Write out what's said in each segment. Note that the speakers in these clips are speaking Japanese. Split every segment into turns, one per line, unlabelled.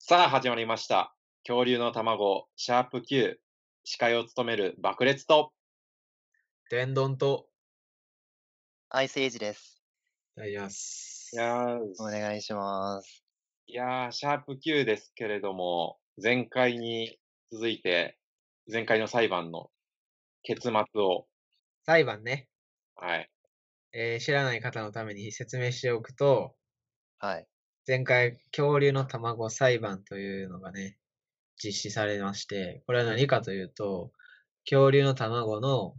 さあ始まりました。恐竜の卵、シャープ Q、司会を務める爆裂と、
天丼と
アイスエイジです。
ダイヤス。
いやー、
お願いします。
いやーシャープ Q ですけれども、前回に続いて、前回の裁判の結末を、
裁判ね、
はい、
えー知らない方のために説明しておくと、
はい。
前回、恐竜の卵裁判というのがね、実施されまして、これは何かというと、恐竜の卵の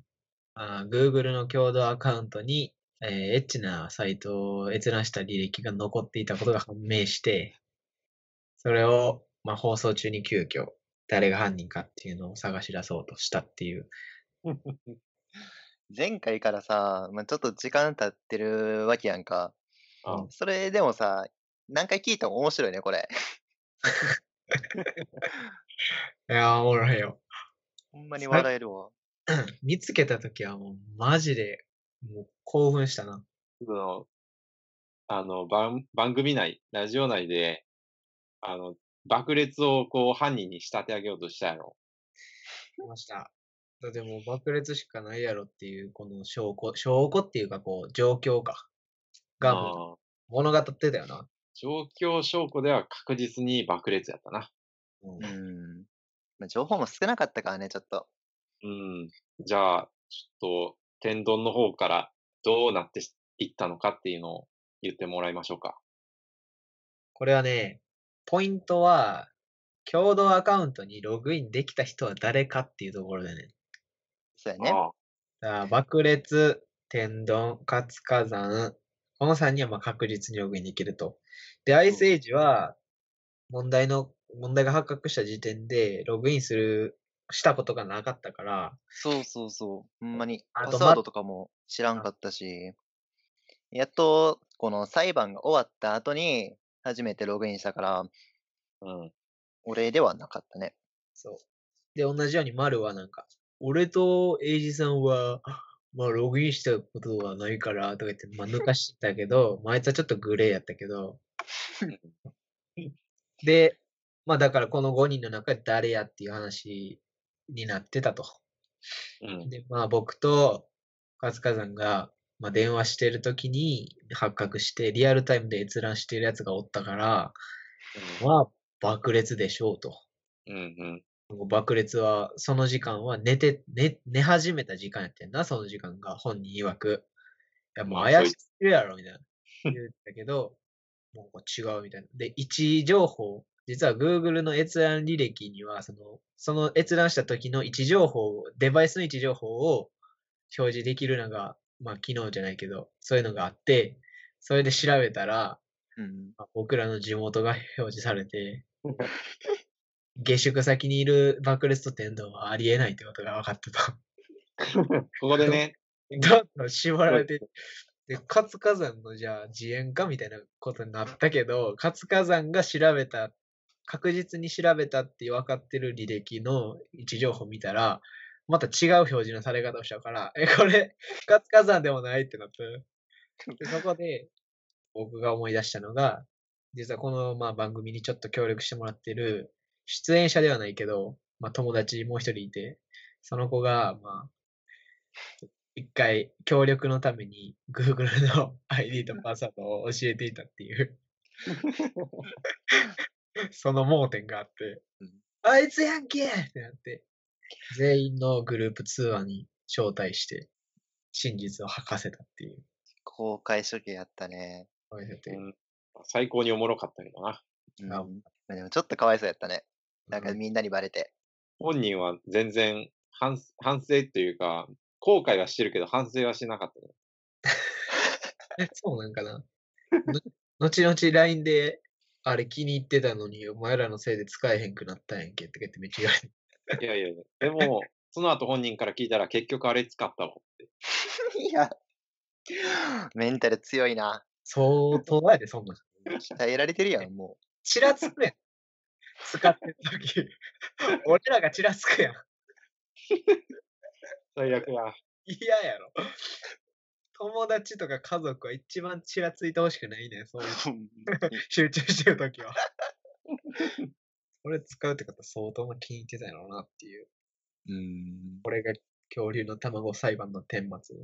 あー Google の共同アカウントに、えーエッチなサイトを閲覧した履歴が残っていたことが判明して、それを、まあ、放送中に急遽、誰が犯人かっていうのを探し出そうとしたっていう。
前回からさ、まあ、ちょっと時間経ってるわけやんか。
あ
それでもさ、何回聞いても面白いね、これ。
いやー、おもろいよ。
ほんまに
さ
笑えるわ。
見つけたときはもうマジでもう興奮したな。
その、あの、番番組内、ラジオ内で、あの、爆裂をこう犯人に仕立て上げようとしたやろ。
ました。だってもう爆裂しかないやろっていうこの証拠、証拠っていうかこう状況か。がもう
あー
物語ってたよな。
状況証拠では確実に爆裂やったな。
うん
うん。まあ、情報も少なかったからね、ちょっと。
うん。じゃあ、ちょっと、天丼の方からどうなっていったのかっていうのを言ってもらいましょうか。
これはね、ポイントは共同アカウントにログインできた人は誰かっていうところでね。
そうやね。
ああ
だから爆裂、天丼、活火山、この3人はまあ確実にログインできると。で、アイスエイジは、問題の、問題が発覚した時点で、ログインする、したことがなかったから、
そうそうそう。ほんまに。
あ
パ
と
スワー
ま
ドとかも知らんかったし。やっと、この裁判が終わった後に、初めてログインしたから、
うん。
お礼ではなかったね。
そう。で、同じように丸はなんか、俺とエイジさんは、 まあ、ログインしたことはないから、とか言って、まあ、抜かしてたけど、まあ、あいつはちょっとグレーやったけど。で、まあ、だからこの5人の中で誰やっていう話になってたと。
うん。
で、まあ、僕と活火山が、まあ、電話してる時に発覚して、リアルタイムで閲覧してるやつがおったから、まあ、爆裂でしょうと。
うん。うん。
もう爆裂は、その時間は寝て、寝、寝始めた時間やってんな、その時間が、本人曰く。いや、もう
まあそう
怪しいやろ、みたいな。言ったけど、もう違うみたいな。で、位置情報、実は Google の閲覧履歴には、その、その閲覧した時の位置情報を、デバイスの位置情報を表示できるのが、まあ、機能じゃないけど、そういうのがあって、それで調べたら、
うん。
まあ僕らの地元が表示されて、下宿先にいる爆裂と天丼はありえないってことが分かった
ここでね、
と。どんどん縛られて、で、活火山のじゃあ自演かみたいなことになったけど、活火山が調べた、確実に調べたって分かってる履歴の位置情報見たら、また違う表示のされ方をしたから、え、これ、活火山でもないってなって。でそこで、僕が思い出したのが、実はこの、まあ、番組にちょっと協力してもらってる、出演者ではないけど、まあ、友達もう一人いて、その子が、まあ、一回協力のために Google の ID とパスワードを教えていたっていう、 その盲点があって
うん、
あいつやんけってなって、全員のグループ通話に招待して、真実を吐かせたっていう。
公開処刑やったね。
そういう
う
の
ん最高におもろかったけどな。
うん、
あ
まあでもちょっとかわいそうやったね。なんか
うん
みんなにバレて。
本人は全然反反省というか、後悔はしてるけど反省はしなかったね。
そうなんかな。の 後々 LINE で、あれ気に入ってたのに、お前らのせいで使えへんくなったんやんけって言ってめっちゃ言われて。
いやいやいや、でも、その後本人から聞いたら結局あれ使ったわって。
いや、 メンタル強いな。
相当やで、そんなん。
鍛えられてるやん、も
ちらつくやん。使ってる時俺らがちらつくやん。
最悪や。
嫌やろ。友達とか家族は一番ちらついてほしくないねん、そういう
う。
集中してる時は。これ使うってことは相当な気に入ってたやろうなっていう。
うーん。
これが恐竜の卵裁判の顛末。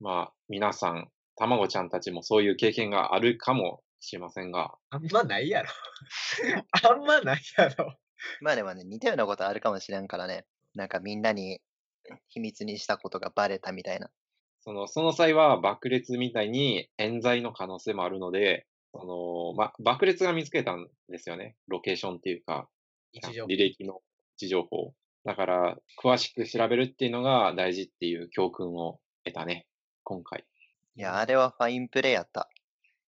まあ、皆さん、たまごちゃんたちもそういう経験があるかもしれませんが、
あんまないやろ。あんまないやろ。
まあでもね、似たようなことあるかもしれんからね。なんかみんなに秘密にしたことがバレたみたいな。
その、その際は爆裂みたいに冤罪の可能性もあるので、その、ま、爆裂が見つけたんですよね。ロケーションっていうか、
一応。
履歴の位置情報。だから、詳しく調べるっていうのが大事っていう教訓を得たね。今回。
いや、あれはファインプレーやった。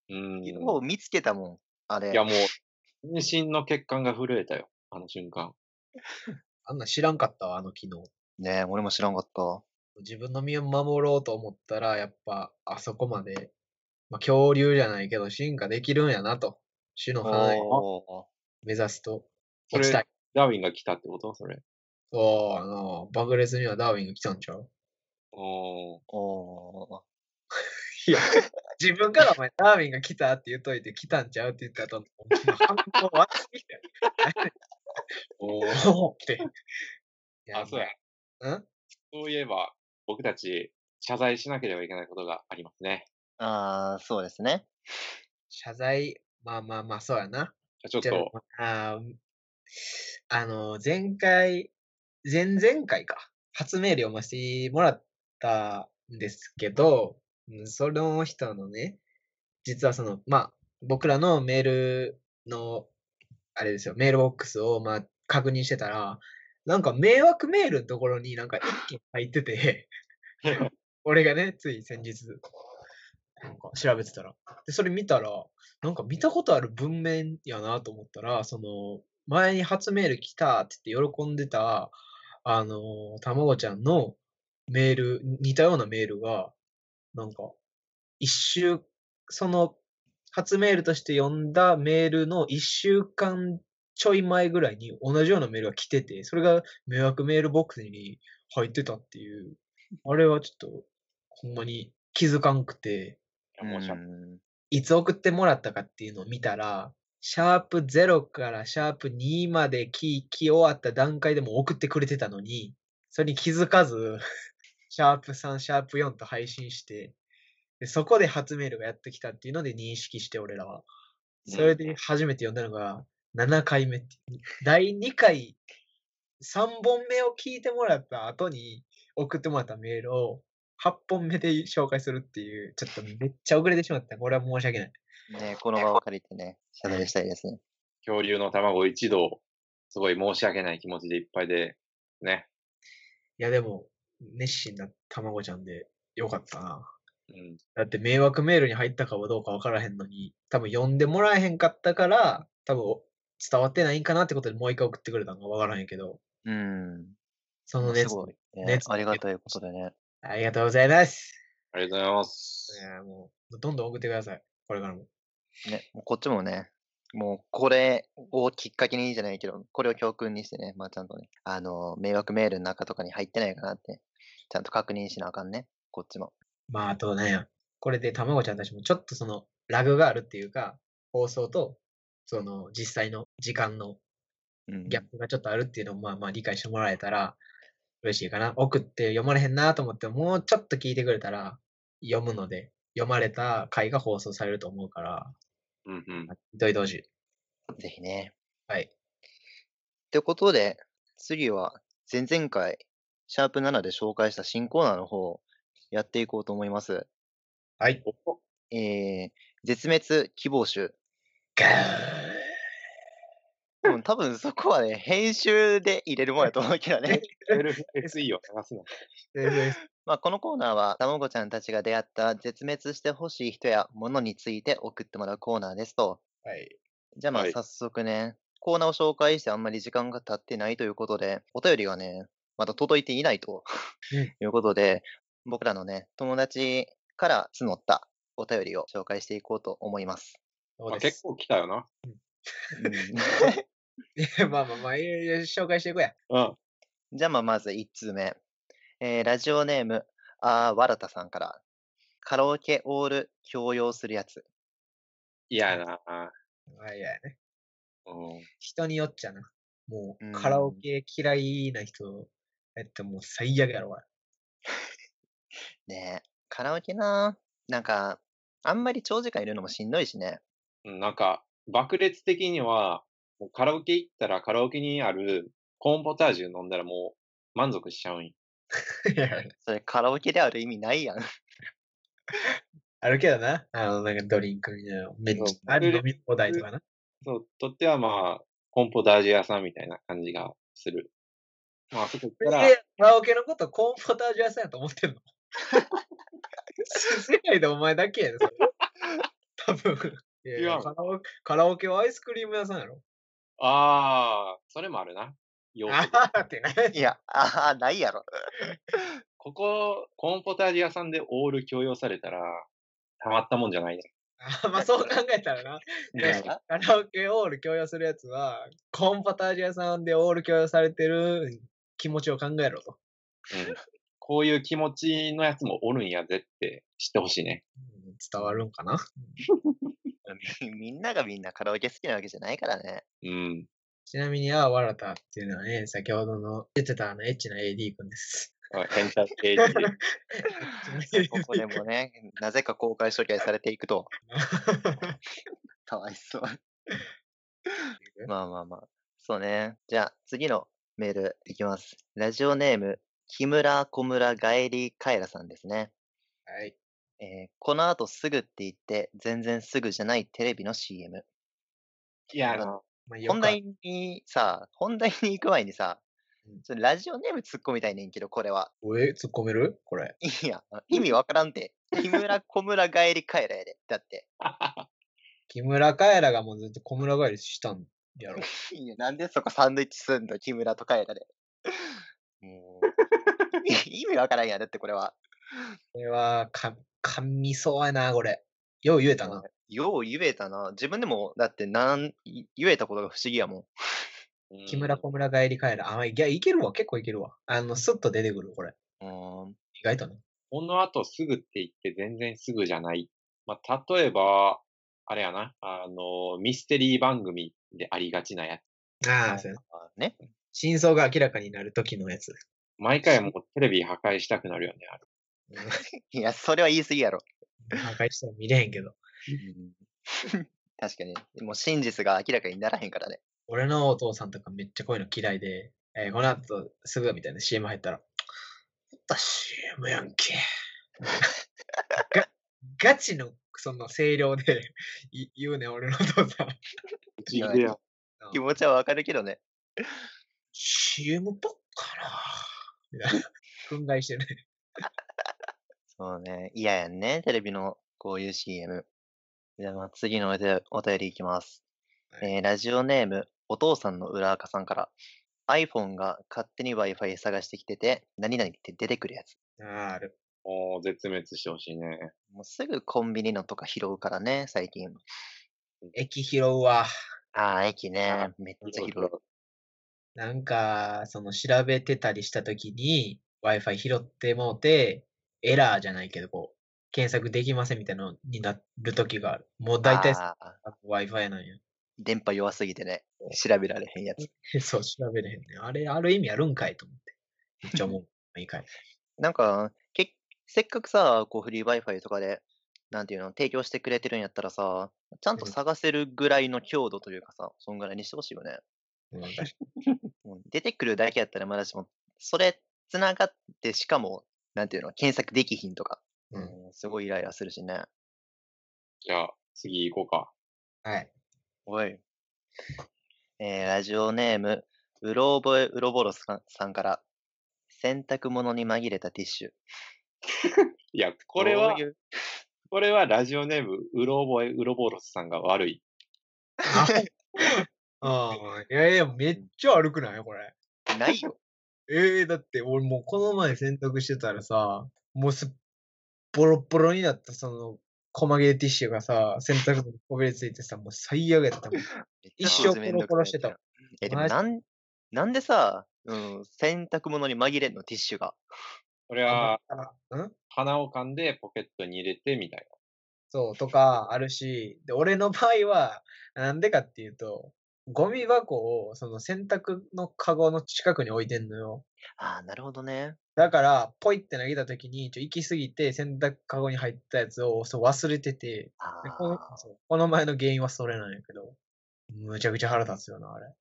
うん。い
よう見つけたもん、あれ。
や、もう、全身の血管が震えたよ。あの瞬間。
あんなん知らんかったわ、あの機能。
ねえ、俺も知らんかった。
自分の身を守ろうと思ったら、やっぱあそこまで、まあ、恐竜じゃないけど進化できるんやなと。種の範囲を
お
目指すと
そ
落
れ
ちたい。
ダーウィンが来たってことそれ。
そう、あの、爆裂にはダーウィンが来たんちゃう
おー
ーおー
いや、 自分からお前ダーウィンが来たって言っといて来たんちゃうって言ったと思う。もう反応悪すぎて。
おー
おお って。いや
あ、そうや。。
うん
そういえば、僕たち、謝罪しなければいけないことがありますね。
ああ、そうですね。
謝罪、まあまあまあ、そうやな。
じゃあち
じ
ょ
ゃ
っと、
あ、あーあの、前回、前々回か、発明料をしてもらったんですけど、うんその人のね、実はその、まあ、僕らのメールの、あれですよ、メールボックスを、まあ、確認してたら、なんか迷惑メールのところになんか一件入っ てて、俺がね、つい先日、なんか調べてたら。で、それ見たら、なんか見たことある文面やなと思ったら、その、前に初メール来たって言って喜んでた、あのー、たまごちゃんのメール、似たようなメールが、なんか、一週、その、初メールとして読んだメールの一週間ちょい前ぐらいに同じようなメールが来てて、それが迷惑メールボックスに入ってたっていう、あれはちょっと、ほんまに気づかんくて、
いや申し
う
訳ない
ん
いつ送ってもらったかっていうのを見たら、シャープ0からシャープ2まで聞き終わった段階でも送ってくれてたのに、それに気づかず、 シャープ3、シャープ4と配信して、でそこで初メールがやってきたっていうので認識して、俺らは。それで初めて読んだのが7回目っていう。第2回、3本目を聞いてもらった後に送ってもらったメールを8本目で紹介するっていう、ちょっとめっちゃ遅れてしまった。これは申し訳ない。
ねこの場を借りてね、謝罪したいですね。
恐竜の卵一同、すごい申し訳ない気持ちでいっぱいで、ね。
いや、でも、熱心な卵ちゃんでよかったな。
うん。
だって迷惑メールに入ったかはどうかわからへんのに、多分読んでもらえへんかったから、多分伝わってないんかなってことでもう一回送ってくれたのかわからへんけど、
うん。
その
す
熱、
ごい、ね
熱。
ありがたいことでね。
ありがとうございます。
ありがとうございます。
いや、もう、どんどん送ってください。これからも。
ね、もうこっちもね、もうこれをきっかけにじゃないけど、これを教訓にしてね、まあちゃんとね、あの、迷惑メールの中とかに入ってないかなって、ちゃんと確認しなあかんね、こっちも。
まあ、あとね、これでたまごちゃんたちもちょっとその、ラグがあるっていうか、放送と、その、実際の時間の
うん。
ギャップがちょっとあるっていうのを、まあまあ理解してもらえたら、嬉しいかな。送って読まれへんなと思って、もうちょっと聞いてくれたら、読むので、読まれた回が放送されると思うから、
うんうん。
どいてほしい。
ぜひね。
はい。
ってことで、次は前々回、シャープ7で紹介した新コーナーの方をやっていこうと思います。
はい。
お
えー、絶滅希望種。
ガー
でも多分そこはね、編集で入れるもんやと思うけどね。
12SE を探すの。
まあ、このコーナーは、たまごちゃんたちが出会った絶滅してほしい人やものについて送ってもらうコーナーですと。
はい。
じゃあまあ
はい
早速ね、コーナーを紹介してあんまり時間が経ってないということで、お便りがね、まだ届いていないと
うん
いうことで、僕らのね、友達から募ったお便りを紹介していこうと思います。
そう
あ
で
結
す。
構来たよな。
うん
まあまあまあ、いろいろ紹介していこうや。
うん。
じゃあまあまず1通目。えーラジオネーム、あーわらたさんから。カラオケオール強要するやつ。
嫌やな。
まあいやね。
うん。
人によっちゃな。も
うん
うカラオケ嫌いな人やったらもう最悪やろ、これ。
ねえカラオケな、なんか、あんまり長時間いるのもしんどいしね。
うんなんか、爆裂的には、もうカラオケ行ったらカラオケにあるコーンポタージュ飲んだらもう満足しちゃうんよ
いや
それカラオケである意味ないやん。
あるけどな。あの、なんかドリンクみたいなの。めっち
そう
ゃ、ある飲み放題とかな。
そう、とってはまあ、コーンポタージュ屋さんみたいな感じがする。まあ、あそこ行ったら、
えカラオケのことコーンポタージュ屋さんやと思ってん の世界でお前だけや で、それ。多分。いやい
違う
や
の
カラオケカラオケはアイスクリーム屋さんやろ
ああ、それもあるな。要素
あははってない
いや、ああ、ないやろ。
ここ、コーンポタージュ屋さんでオール強要されたら、たまったもんじゃないね。
あまあそう考えたらな。
や
確かカラオケオール強要するやつは、コーンポタージュ屋さんでオール強要されてる気持ちを考えろと。
うんこういう気持ちのやつもおるんやぜって知ってほしいね。
うん伝わるんかな
みみんながみんなカラオケ好きなわけじゃないからね。
うん。
ちなみに、ああ、わらたっていうのはね、先ほどの出てたあのエッチな AD 君 です。
おい変態刑 事
ここでもね、なぜか公開処刑されていくと。かわいそう。 まあまあまあ。そうね。じゃあ、次のメールいきます。ラジオネーム、木村小村帰りカエラさんですね。
はい。
えーこの後すぐって言って、全然すぐじゃないテレビの CM。
いや、あ
まあ
の
まあ、よ
本
か
題にさ、本題に行く前にさ
うん、
ちょラジオネーム突っ込みたいねんけど、これは。
おえ、突っ込めるこれ。
いや、意味わからんて。木 村小村帰りカエラやで。だって。
木村カエラがもうずっと小村帰りしたんやろ。
いや、なんでそこサンドイッチすんの木村とカエラで。もう、い 意味わからんやんだってこれは。
これは、か、噛みそうやな、これ。よう言えたな。
よう言えたな。自分でも、だってなん、い言えたことが不思議やもん。
うん
木村小村帰り帰る。あ、まあいや、いけるわ、結構いけるわ。あの、スッと出てくる、これ。
うーん。
意外とね。
この後すぐって言って全然すぐじゃない。まあ、例えば、あれやな、あの、ミステリー番組でありがちなやつ。
ああ、そうやな
あね。
真相が明らかになる時のやつ。
毎回もうテレビ破壊したくなるよね。あれ
うん
いや、それは言い過ぎやろ。
破壊したら見れへんけど。
確かに。もう真実が明らかにならへんからね。
俺のお父さんとかめっちゃこういうの嫌いで、えーこの後すぐみたいな CM 入ったら、また CM やんけ。がガチのその声量でい言うねん、俺のお父さん。
いや
や
気持ちはわかるけどね。
CM ばっかな。みたいな。憤慨してるね。
そうね。嫌やんね。テレビのこういう CM。じゃあまあ次のお便お便りいきます。
はい
えーラジオネーム、お父さんの裏垢さんから。iPhone が勝手に Wi-Fi 探してきてて、何々って出てくるやつ。
あーある。
もう絶滅してほしいね。
もうすぐコンビニのとか拾うからね、最近。
駅拾うわ。
ああ、駅ね
あ。
めっちゃ拾う。
なんか、その調べてたりした時に Wi-Fi 拾ってもうて、エラーじゃないけど、こう、検索できませんみたいなのになる時がある。もう大体
あー
Wi-Fi なんや。
電波弱すぎてね、調べられへんや つ。
そう、調べれへんね。あれ、ある意味やるんかいと思って。めっちゃ 思う。毎回。
なんか、けせっかくさ、こうフリー Wi-Fi とかで、なんていうの、提供してくれてるんやったらさ、ちゃんと
うん
探せるぐらいの強度というかさ、そんぐらいにしてほしいよね。
うん確かに
もう出てくるだけやったらまだしも、それ繋がってしかも、なんていうの、検索できひんとか、
うん
もうすごいイライラするしね。
じゃあ、次行こうか。
はい。
おい。えーラジオネーム、うろ覚えうろぼろさんさんから、洗濯物に紛れたティッシュ。
いや、これは
どうい、う
これはラジオネーム、うろ覚え、うろぼろスさんが悪い。
ああ、いやいや、めっちゃ悪くないこれ。
ないよ。
ええだって俺もうこの前洗濯してたらさ、もうすっボロッボロになったその、細切れティッシュがさ、洗濯物にこびりついてさ、もう最悪や ったもん。一生
めっちゃ
コロコロしてたもん
え、でも
マジ
なん、なんでさ、うん、洗濯物に紛れんの、ティッシュが。
これは、
うん
鼻を噛んでポケットに入れてみたい
そう、とかあるし、で、俺の場合は、なんでかっていうと、ゴミ箱をその洗濯のカゴの近くに置いてんのよ。
ああ、なるほどね。
だから、ポイって投げた時に、ちょ行き過ぎて洗濯カゴに入ったやつをそう忘れてて、
あ
でこの
あ、
そうこの前の原因はそれなんやけど、むちゃくちゃ腹立つよな、あれ。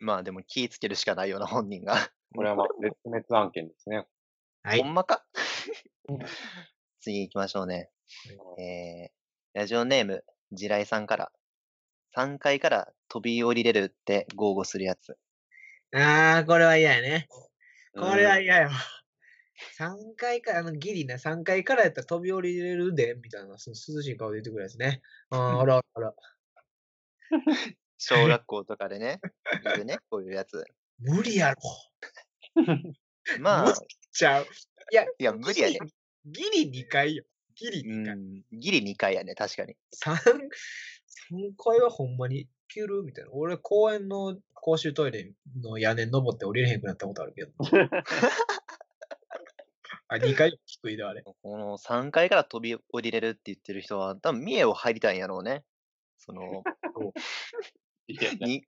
まあでも気ぃつけるしかないような本 人が。
これはまあ、絶滅案件ですね。
は
ほんまか
うん
次行きましょうね。えー、ラジオネーム、地雷さんから。3階から飛び降りれるって豪語するやつ。
ああ、これは嫌や ね。
うん
これは嫌よ。3階から、あの、ギリな、3階からやったら飛び降りれるで、みたいな、その涼しい顔で言ってくるやつね。うん、あらあら。
小学校とかでね、いるね、こういう やつ。
無理やろ。
ま
無
あ
理、ちゃう。いや、
いや、無理やね。
ギリ2階よ。ギリ
う
2階。
ん、ギリ2回やね、確かに。
三3、階はほんまにいけるみたいな。俺、公園の公衆トイレの屋根登って降りれへんくなったことある けど。あ、2階低いだ、あれ。
この3階から飛び降りれるって言ってる人は、多分三重を入りたいんやろうね。そ の、
いや
に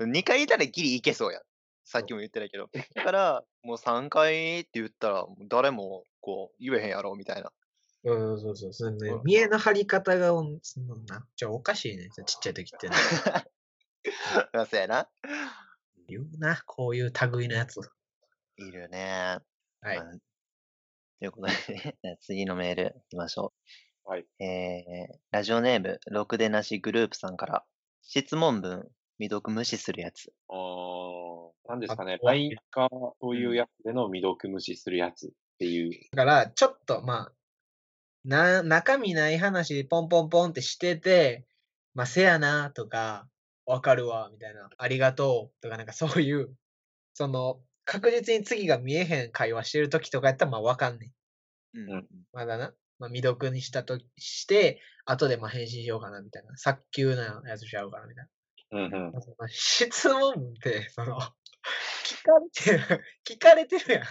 2階いたらギリいけそうやん。さっきも言ってたけど。だから、もう3階って言ったら、もう誰もこう言えへんやろみたいな。
うん、そうそう、そうね
うん。
見えの張り方が、うんそのな、じゃあおかしいね。ちっちゃい時ってな。
まあそうやな。
言うな、こういう類のやつ。
いるね。
はい。
まあということで、 次のメール行きましょう。
はい。
えー、ラジオネーム、ろくでなしグループさんから、質問文、未読無視するやつ。
あー何ですかね
あ、とは
LINE かそういうやつでの未読無視するやつっていう。
だから、ちょっと、まあ、な、中身ない話、ポンポンポンってしてて、まあ、せやな、とか、わかるわ、みたいな、ありがとう、とか、なんかそういう、その、確実に次が見えへん会話してる時とかやったら、まあ、わかんねん。
うん
うん
まだな。まあ、未読にしたとして、後でまあ返信しようかな、みたいな。早急なやつしちゃうから、みたいな。
うんうん。
その質問って、その、聞かれてる、聞かれてるやん。
そ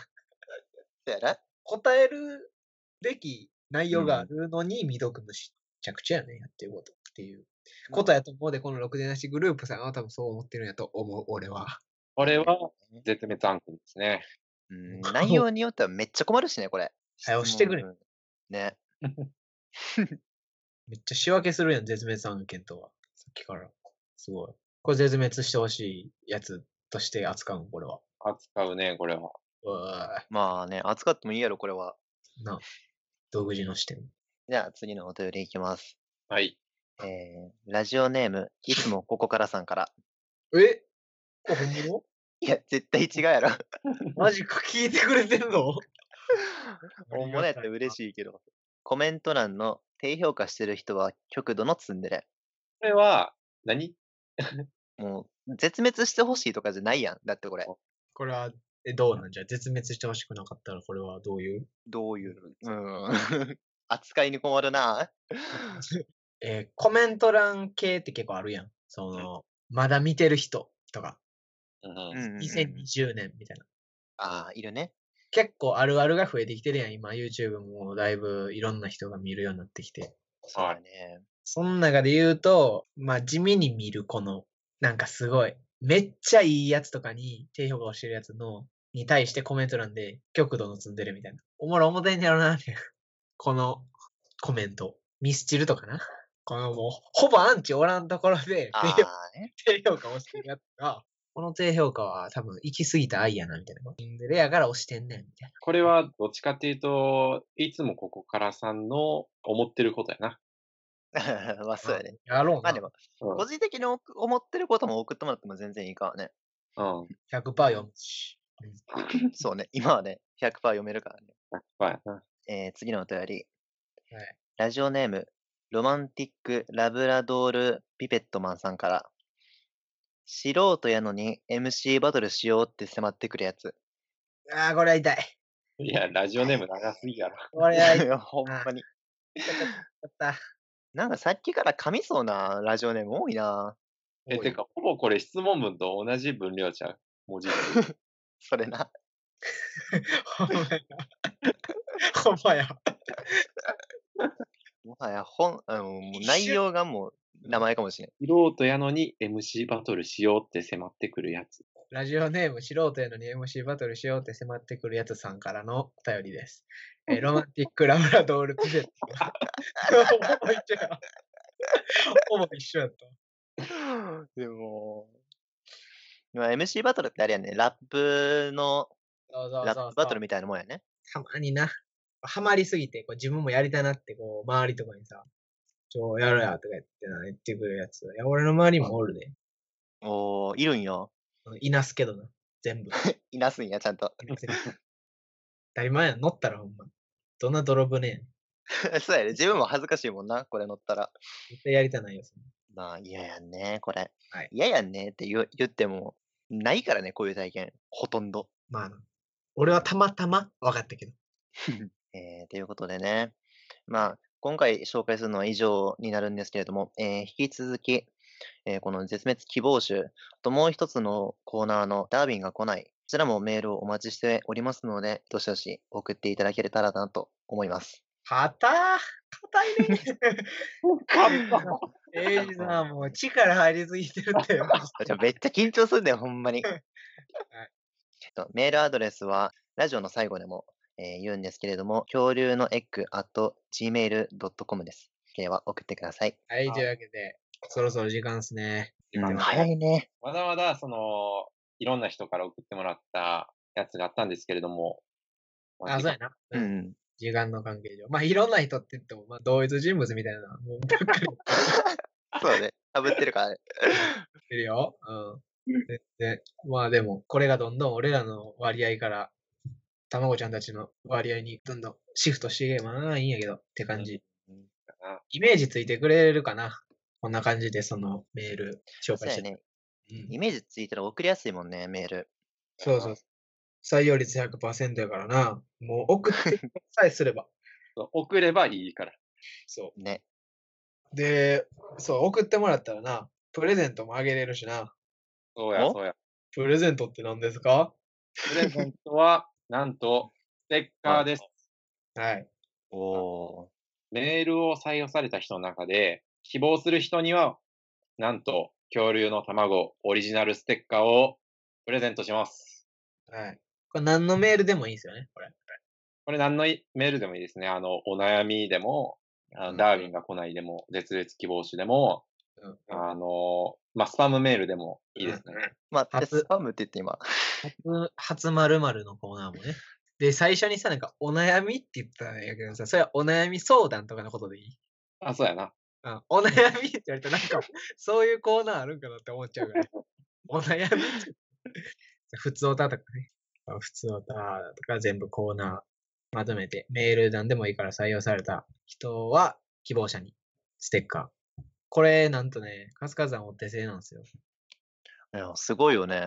うやな。
答えるべき内容があるのに、未読無視。めちゃくちゃやねんやっていうことっていうことやと思うで、この6でなしグループさんは多分そう思ってるんやと思う、俺は。
これは絶滅案件ですね。
うん
こう
内容によってはめっちゃ困るしね、これ。
早押してくれ
質問文。ね。
めっちゃ仕分けするやん、絶滅案件とは。さっきから。すごい。これ絶滅してほしいやつとして扱うの、これは。
扱うね、これは。
うわ
まあね、扱ってもいいやろ、これは。
ーな、独自の視点。
じゃあ、次のお便りいきます。
はい。
えー、ラジオネーム、いつもここからさんから。
えこれ本
いや、 絶対違うやろ。
物マジか聞いてくれ てんの
本物やって嬉しいけど。コメント欄の低評価してる人は極度のツンデレ。
これは何、
もう、絶滅してほしいとかじゃないやん。だってこれ。
これは、え、どうなんじゃ絶滅してほしくなかったら、これはどういう
どういう。うん。 扱いに困るな。
えーコメント欄系って結構あるやん。その、まだ見てる人とか、
うんう
う
ん
んうんうん
2020年みたいな。
ああ、いるね。
結構あるあるが増えてきてるやん。今 YouTube もだいぶいろんな人が見るようになってきて。
そう
は
だ
い
ね。
その中で言うと、まあ地味に見るこの、なんかすごい、めっちゃいいやつとかに低評価をしてるやつの、に対してコメント欄で極度の積んでるみたいな。おもろ表にやろな、みたいな。このコメント。ミスチルとかな。このもう、ほぼアンチおらんところで
あ
低
あ、 ね。
低評価をしてるやつが、この低評価は多分行き過ぎた愛やな、みたいな。積んでるやから押してんねん、みたい
これはどっちかっていうと、いつもここからさんの思ってることやな。
まあ、そうやね。
な。やろう
ま
な
あで。も、
うん
個人的にお思ってることも送ってもらっても全然いいからね。
うん。
100%読むし。
そうね、今はね、100%読めるからね。
100%やな。
えー次のお便り。
はい
ラジオネーム、ロマンティック・ラブラドール・ピペットマンさんから、素人やのに MC バトルしようって迫ってくるやつ。
ああ、これは痛い。
いや、ラジオネーム長すぎやろ。
これは痛
ほんまに。
かっ
なんかさっきから噛みそうなラジオネーム多いな。
え、てか、ほぼこれ質問文と同じ分量ちゃう。文字数。
それな。
た。ほんまや。ほんまや。
もはや本、あのもう
一
内
瞬
容がもう名前かもしれん。
素人やのに MC バトルしようって迫ってくるやつ。
ラジオネーム素人やのに MC バトルしようって迫ってくるやつさんからのお便りです。えーロマンティックラブラドールピゼット。 ほぼ一緒や。ほぼ一緒やった。
でも、まあ MC バトルってあれやね、ラップの、
そうそう
ラ
そ
ッ
う
プバ
そ
ト
う
ルみたいなもんやね。
たまにな、ハマりすぎて、こう自分もやりたなって、こう、周りとかにさ、ちょ、やろや、とか言ってな、言ってくるやつ。いや、俺の周りもおるで。
おー、いるんよ。
いなすけどな、全部。
いなすんや、ちゃんと。
当たり前やん、乗ったらほんま。どんな泥船やねん。
そうやね、自分も恥ずかしいもんな、これ乗ったら。
絶対やりたないよ、そんな
まあ、嫌やんね、これ
はい。
嫌、やんねって言う言っても、ないからね、こういう体験。ほとんど。
まあな。俺はたまたま分かったけど。
えーということでね、まあ、今回紹介するのは以上になるんですけれども、えー引き続き、えーこの絶滅希望種、あともう一つのコーナーのダーウィンが来ない、こちらもメールをお待ちしておりますので、どしどし送っていただけたらなと思い ます。
はたー硬いね。 エイジさん、もう力入りすぎてるって よ。
あじゃあめっちゃ緊張すんだよ、ほんまに。 えっとメールアドレスは、ラジオの最後でも、えー言うんですけれども、恐竜のエッグ at gmail.com です。では送ってください。
はい、というわけで、そろそろ時間っすね。
う
今
ん
ね
早いね。
まだまだ、その、いろんな人から送ってもらったやつがあったんですけれども。ま
あ、そうやな。
うんうん。
時間の関係上。まあ、いろんな人って言っても、まあ、同一人物みたいなのもうばっかり言っ
そうだね。かぶってるからね。
てるよ。うん。で、でまあでも、これがどんどん俺らの割合から、たまごちゃんたちの割合にどんどんシフトしていけばな、いいんやけど、って感じ。
な
イメージついてくれるかなこんな感じで、そのメール紹
そう
介し
や
て。
ね。
うん
イメージついたら送りやすいもんね、メール。
そうそう。採用率100%やからな。もう送ってさえすれば。
そう送ればいいから。
そ
ね。
う。で、そう、送ってもらったらな、プレゼントもあげれるしな。
そうや、
お
そうや。
プレゼントって何ですか
プレゼントは、なんと、ステッカーです。
はい。
おー。
メールを採用された人の中で、希望する人には、なんと、恐竜の卵オリジナルステッカーをプレゼントします。
はい。これ何のメールでもいいですよね、これ。
これ何のいメールでもいいですね。あの、お悩みでも、あ
う
の
ん
ダーウィンが来ないでも、絶滅希望種でも、
うん
あの、まあ、スパムメールでもいいですね。
まあ、で
初
スパムって言って今。
初、初まるのコーナーもね。で、最初にさ、なんか、お悩みって言ったんやけどさ、それはお悩み相談とかのことでいい
あ、そうやな。
うん、お悩みって言われて、なんか、そういうコーナーあるんかなって思っちゃうから。お悩みって。普通歌とかね。普通歌とか全部コーナーまとめて、メールなんでもいいから採用された人は、希望者にステッカー。これ、なんとね、カスカさんお手製なんですよ。
いや、すごいよね。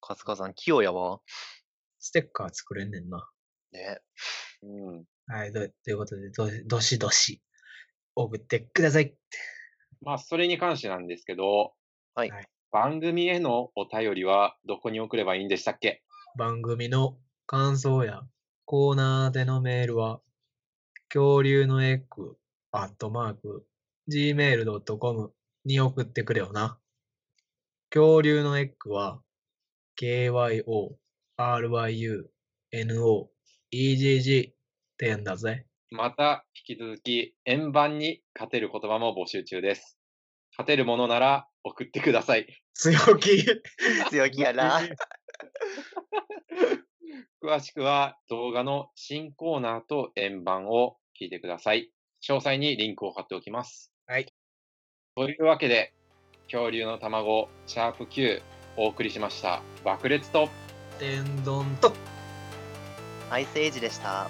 カツカさん、器用やわ。
ステッカー作れんねんな。
ね。
うん。
はい、どということでど、どしどし送ってください。
まあ、それに関してなんですけど、
はい
はい
番組へのお便りはどこに送ればいいんでしたっけ
番組の感想やコーナーでのメールは、恐竜のエッグ、アットマーク、gmail.com に送ってくれよな。恐竜のエッグは、kyo, ryu, no, egg ってやんだぜ。
また、引き続き、円盤に勝てる言葉も募集中です。勝てるものなら送ってください。
強気。
強気や な。
詳しくは動画の新コーナーと円盤を聞いてください。詳細にリンクを貼っておきます。
はい。
というわけで、恐竜の卵、シャープ Q、お送りしました。爆裂と
天丼と。
アイスエイジでした。